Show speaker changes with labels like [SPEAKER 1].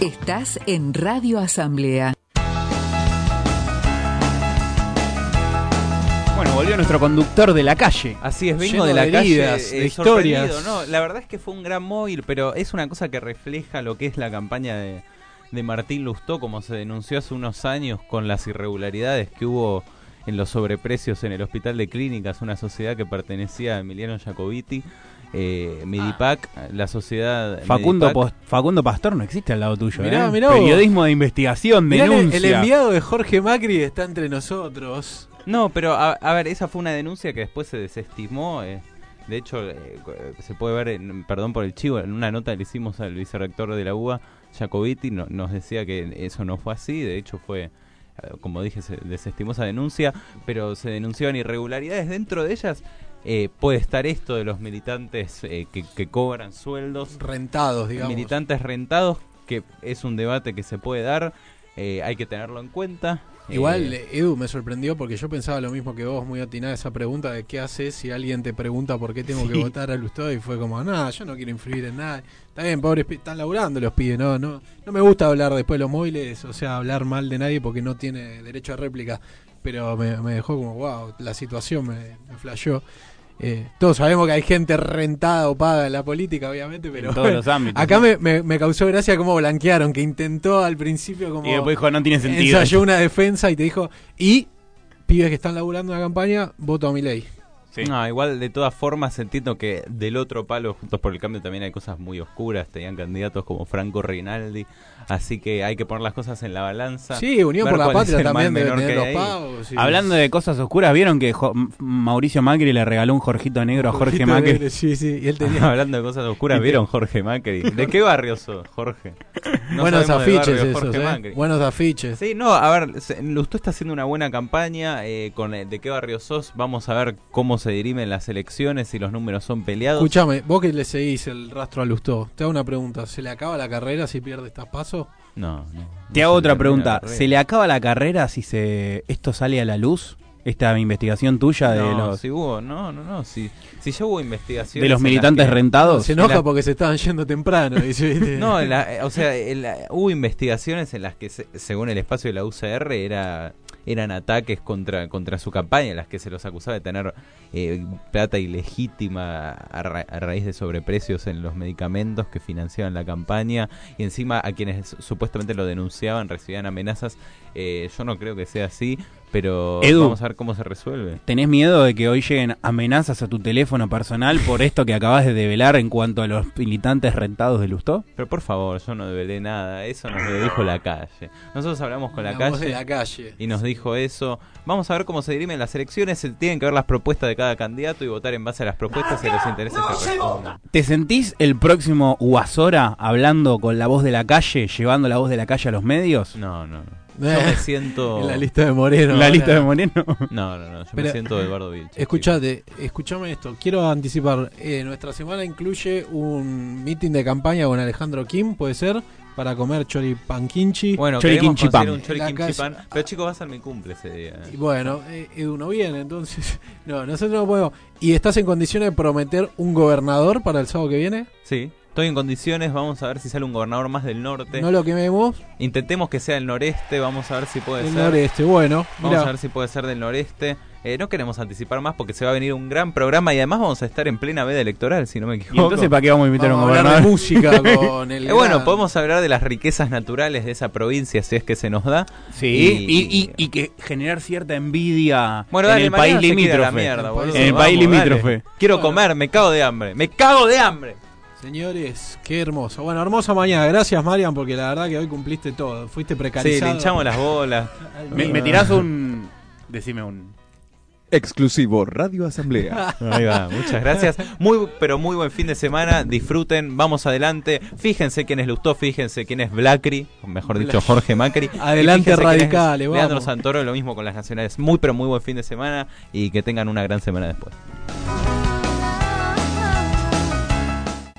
[SPEAKER 1] Estás en Radio Asamblea.
[SPEAKER 2] Bueno, volvió nuestro conductor de la calle.
[SPEAKER 3] Ah,
[SPEAKER 4] Así es, vengo
[SPEAKER 2] Lleno
[SPEAKER 4] de la
[SPEAKER 2] de
[SPEAKER 4] calle,
[SPEAKER 2] heridas,
[SPEAKER 4] eh,
[SPEAKER 2] de historias.
[SPEAKER 4] sorprendido, ¿no? La verdad es que fue un gran móvil, pero es una cosa que refleja lo que es la campaña de, de Martín Lustó, como se denunció hace unos años con las irregularidades que hubo en los sobreprecios en el Hospital de Clínicas, una sociedad que pertenecía a Emiliano Jacobiti, eh, Medipac, la sociedad...
[SPEAKER 2] Ah. Facundo,
[SPEAKER 4] Medipac.
[SPEAKER 2] Post- Facundo Pastor no existe al lado tuyo.
[SPEAKER 3] Mirá,
[SPEAKER 2] ¿eh?
[SPEAKER 3] mirá vos.
[SPEAKER 2] Periodismo de investigación,
[SPEAKER 3] Mirá, el-
[SPEAKER 2] denuncia.
[SPEAKER 3] el enviado de Jorge Macri está entre nosotros.
[SPEAKER 4] No, pero a, a ver, esa fue una denuncia que después se desestimó. eh. De hecho, eh, cu- eh, se puede ver, en- perdón por el chivo, en una nota que le hicimos al vicerrector de la UBA, Jacobiti, no- nos decía que eso no fue así. De hecho, fue, eh, como dije, se desestimó esa denuncia, pero se denunciaban irregularidades. Dentro de ellas eh, puede estar esto de los militantes eh, que, que cobran sueldos
[SPEAKER 3] Rentados, digamos.
[SPEAKER 4] militantes rentados, que es un debate que se puede dar, eh, hay que tenerlo en cuenta.
[SPEAKER 3] Igual,
[SPEAKER 4] eh,
[SPEAKER 3] eh, Edu, me sorprendió porque yo pensaba lo mismo que vos, muy atinada esa pregunta de qué haces si alguien te pregunta por qué tengo que votar a Lustó y fue como, nada, yo no quiero influir en nada. Está bien, pobres, pi- están laburando los pibes, no, no. No me gusta hablar después de los móviles, o sea, hablar mal de nadie porque no tiene derecho a réplica. Pero me, me dejó como, wow, la situación me, me flasheó. Eh, todos sabemos que hay gente rentada o paga en la política, obviamente, pero
[SPEAKER 2] en todos los ámbitos.
[SPEAKER 3] acá me, me- me causó gracia cómo blanquearon, que intentó al principio como
[SPEAKER 2] Y después dijo, no tiene sentido.
[SPEAKER 3] ensayó una defensa y te dijo, y pibes que están laburando una campaña, voto a mi ley.
[SPEAKER 2] Sí.
[SPEAKER 3] Ah,
[SPEAKER 4] No, igual de todas formas entiendo que del otro palo, Juntos por el Cambio, también hay cosas muy oscuras. Tenían candidatos como Franco Rinaldi. Así que hay que poner las cosas en la balanza.
[SPEAKER 3] Sí, Unión
[SPEAKER 4] Ver
[SPEAKER 3] por la
[SPEAKER 4] cuál es
[SPEAKER 3] Patria
[SPEAKER 4] el mal
[SPEAKER 3] también debe
[SPEAKER 4] menor
[SPEAKER 3] tener
[SPEAKER 4] que
[SPEAKER 3] los
[SPEAKER 4] hay.
[SPEAKER 3] pavos. y-
[SPEAKER 2] Hablando de cosas oscuras, ¿vieron que Jo- M- Mauricio Macri le regaló un Jorgito negro a Jorge
[SPEAKER 3] Jorgito
[SPEAKER 2] Macri?
[SPEAKER 3] Negre, Sí, sí, y él tenía...
[SPEAKER 4] Hablando de cosas oscuras, ¿vieron Jorge Macri? ¿De qué barrio sos, Jorge? No
[SPEAKER 3] buenos
[SPEAKER 4] sabemos del
[SPEAKER 3] afiches
[SPEAKER 4] barrio
[SPEAKER 3] esos,
[SPEAKER 4] Jorge
[SPEAKER 3] eh,
[SPEAKER 4] Macri.
[SPEAKER 3] Buenos afiches.
[SPEAKER 4] Sí, no, a ver, se- Lustó está haciendo una buena campaña eh, con eh, de qué barrio sos. Vamos a ver cómo se dirimen las elecciones, si los números son peleados.
[SPEAKER 3] Escuchame, vos que le seguís el rastro a Lustó, te hago una pregunta. ¿Se le acaba la carrera si pierde estas pasos?
[SPEAKER 4] No, no,
[SPEAKER 2] Te
[SPEAKER 4] no
[SPEAKER 2] hago
[SPEAKER 4] se
[SPEAKER 2] otra
[SPEAKER 4] termina la
[SPEAKER 2] pregunta.
[SPEAKER 4] carrera.
[SPEAKER 2] ¿Se le acaba la carrera si se esto sale a la luz? Esta investigación tuya de
[SPEAKER 4] no,
[SPEAKER 2] los,
[SPEAKER 4] si hubo, no, no, no, si, si ya hubo investigaciones.
[SPEAKER 2] de los
[SPEAKER 4] en las
[SPEAKER 2] militantes
[SPEAKER 4] que-
[SPEAKER 2] rentados.
[SPEAKER 3] Se enoja
[SPEAKER 4] la-
[SPEAKER 3] porque se estaban yendo temprano. dice, ¿viste?
[SPEAKER 4] No, en la- eh, o sea, en la- hubo investigaciones en las que, se- según el espacio de la UCR, era, eran ataques contra, contra su campaña, en las que se los acusaba de tener eh, plata ilegítima a, ra- a raíz de sobreprecios en los medicamentos que financiaban la campaña, y encima a quienes supuestamente lo denunciaban recibían amenazas. Eh, yo no creo que sea así, pero
[SPEAKER 2] Edu.
[SPEAKER 4] vamos a ver cómo se resuelve.
[SPEAKER 2] ¿Tenés miedo de que hoy lleguen amenazas a tu teléfono personal por esto que acabas de develar en cuanto a los militantes rentados de Lustó?
[SPEAKER 4] Pero por favor, yo no develé nada, eso nos lo dijo la calle. Nosotros hablamos con la,
[SPEAKER 3] La voz
[SPEAKER 4] calle.
[SPEAKER 3] de la calle.
[SPEAKER 4] y nos dijo eso. Vamos a ver cómo se dirimen las elecciones. Se Tienen que ver las propuestas de cada candidato y votar en base a las propuestas y a los intereses que respondan.
[SPEAKER 2] ¿Te sentís el próximo Guasora hablando con la voz de la calle, llevando la voz de la calle a los medios?
[SPEAKER 4] No, no, no. Yo me siento.
[SPEAKER 3] Eh, en la lista de Moreno.
[SPEAKER 2] la lista
[SPEAKER 3] ahora.
[SPEAKER 2] de Moreno.
[SPEAKER 4] No, no, no. Yo me
[SPEAKER 3] Pero-
[SPEAKER 4] siento de Eduardo Vilche.
[SPEAKER 3] Escuchate, escúchame esto. Quiero anticipar. eh, nuestra semana incluye un meeting de campaña con Alejandro Kim, puede ser, para comer choripanquinchi.
[SPEAKER 4] chico. Bueno,
[SPEAKER 2] Chori
[SPEAKER 4] queremos
[SPEAKER 2] Kimchi Pan.
[SPEAKER 4] conseguir un Chori
[SPEAKER 3] La
[SPEAKER 4] Kimchi
[SPEAKER 3] calle-
[SPEAKER 4] Pan. Pero chicos, va a ser mi cumple ese día.
[SPEAKER 3] Y bueno, eh, Edu no viene, entonces. No, nosotros no podemos. ¿Y estás en condiciones de prometer un gobernador para el sábado que viene?
[SPEAKER 4] Sí. Estoy en condiciones, vamos a ver si sale un gobernador más del norte.
[SPEAKER 3] No lo quememos.
[SPEAKER 4] Intentemos que sea el noreste, vamos a ver si puede
[SPEAKER 3] El
[SPEAKER 4] ser.
[SPEAKER 3] noreste, este, bueno.
[SPEAKER 4] Vamos
[SPEAKER 3] mirá.
[SPEAKER 4] a ver si puede ser del noreste. Eh, no queremos anticipar más porque se va a venir un gran programa y además vamos a estar en plena veda electoral, si no me
[SPEAKER 2] ¿Y
[SPEAKER 4] equivoco.
[SPEAKER 2] entonces para qué vamos a invitar a un
[SPEAKER 3] Vamos a hablar de
[SPEAKER 2] gobernador?
[SPEAKER 3] música con el.
[SPEAKER 4] Eh, bueno,
[SPEAKER 3] gran-
[SPEAKER 4] podemos hablar de las riquezas naturales de esa provincia, si es que se nos da.
[SPEAKER 2] Sí, y,
[SPEAKER 4] Y-
[SPEAKER 2] y- y que generar cierta envidia
[SPEAKER 4] Bueno,
[SPEAKER 2] en
[SPEAKER 4] dale,
[SPEAKER 2] el
[SPEAKER 4] mañana
[SPEAKER 2] país
[SPEAKER 4] se queda la
[SPEAKER 2] limítrofe.
[SPEAKER 4] mierda, boludo.
[SPEAKER 2] en el
[SPEAKER 4] Vamos,
[SPEAKER 2] país
[SPEAKER 4] dale.
[SPEAKER 2] limítrofe.
[SPEAKER 4] Quiero
[SPEAKER 3] Bueno.
[SPEAKER 4] comer, me cago de hambre, me cago de hambre.
[SPEAKER 3] Señores, qué hermoso. Bueno, hermosa mañana. Gracias, Marian, porque la verdad que hoy cumpliste todo. Fuiste
[SPEAKER 4] Sí,
[SPEAKER 3] precarizado.
[SPEAKER 4] linchamos las bolas.
[SPEAKER 2] Me, me tirás un... Decime un...
[SPEAKER 5] Exclusivo Radio Asamblea.
[SPEAKER 4] Ahí va, muchas gracias. Muy, pero muy buen fin de semana. Disfruten, vamos adelante. Fíjense quién es Lustó, fíjense quién es Blacri, o mejor dicho, Jorge Macri. Y
[SPEAKER 3] Adelante,
[SPEAKER 4] fíjense quién es
[SPEAKER 3] radicales, vamos.
[SPEAKER 4] Leandro Santoro, lo mismo con las nacionales. Muy, pero muy buen fin de semana y que tengan una gran semana después.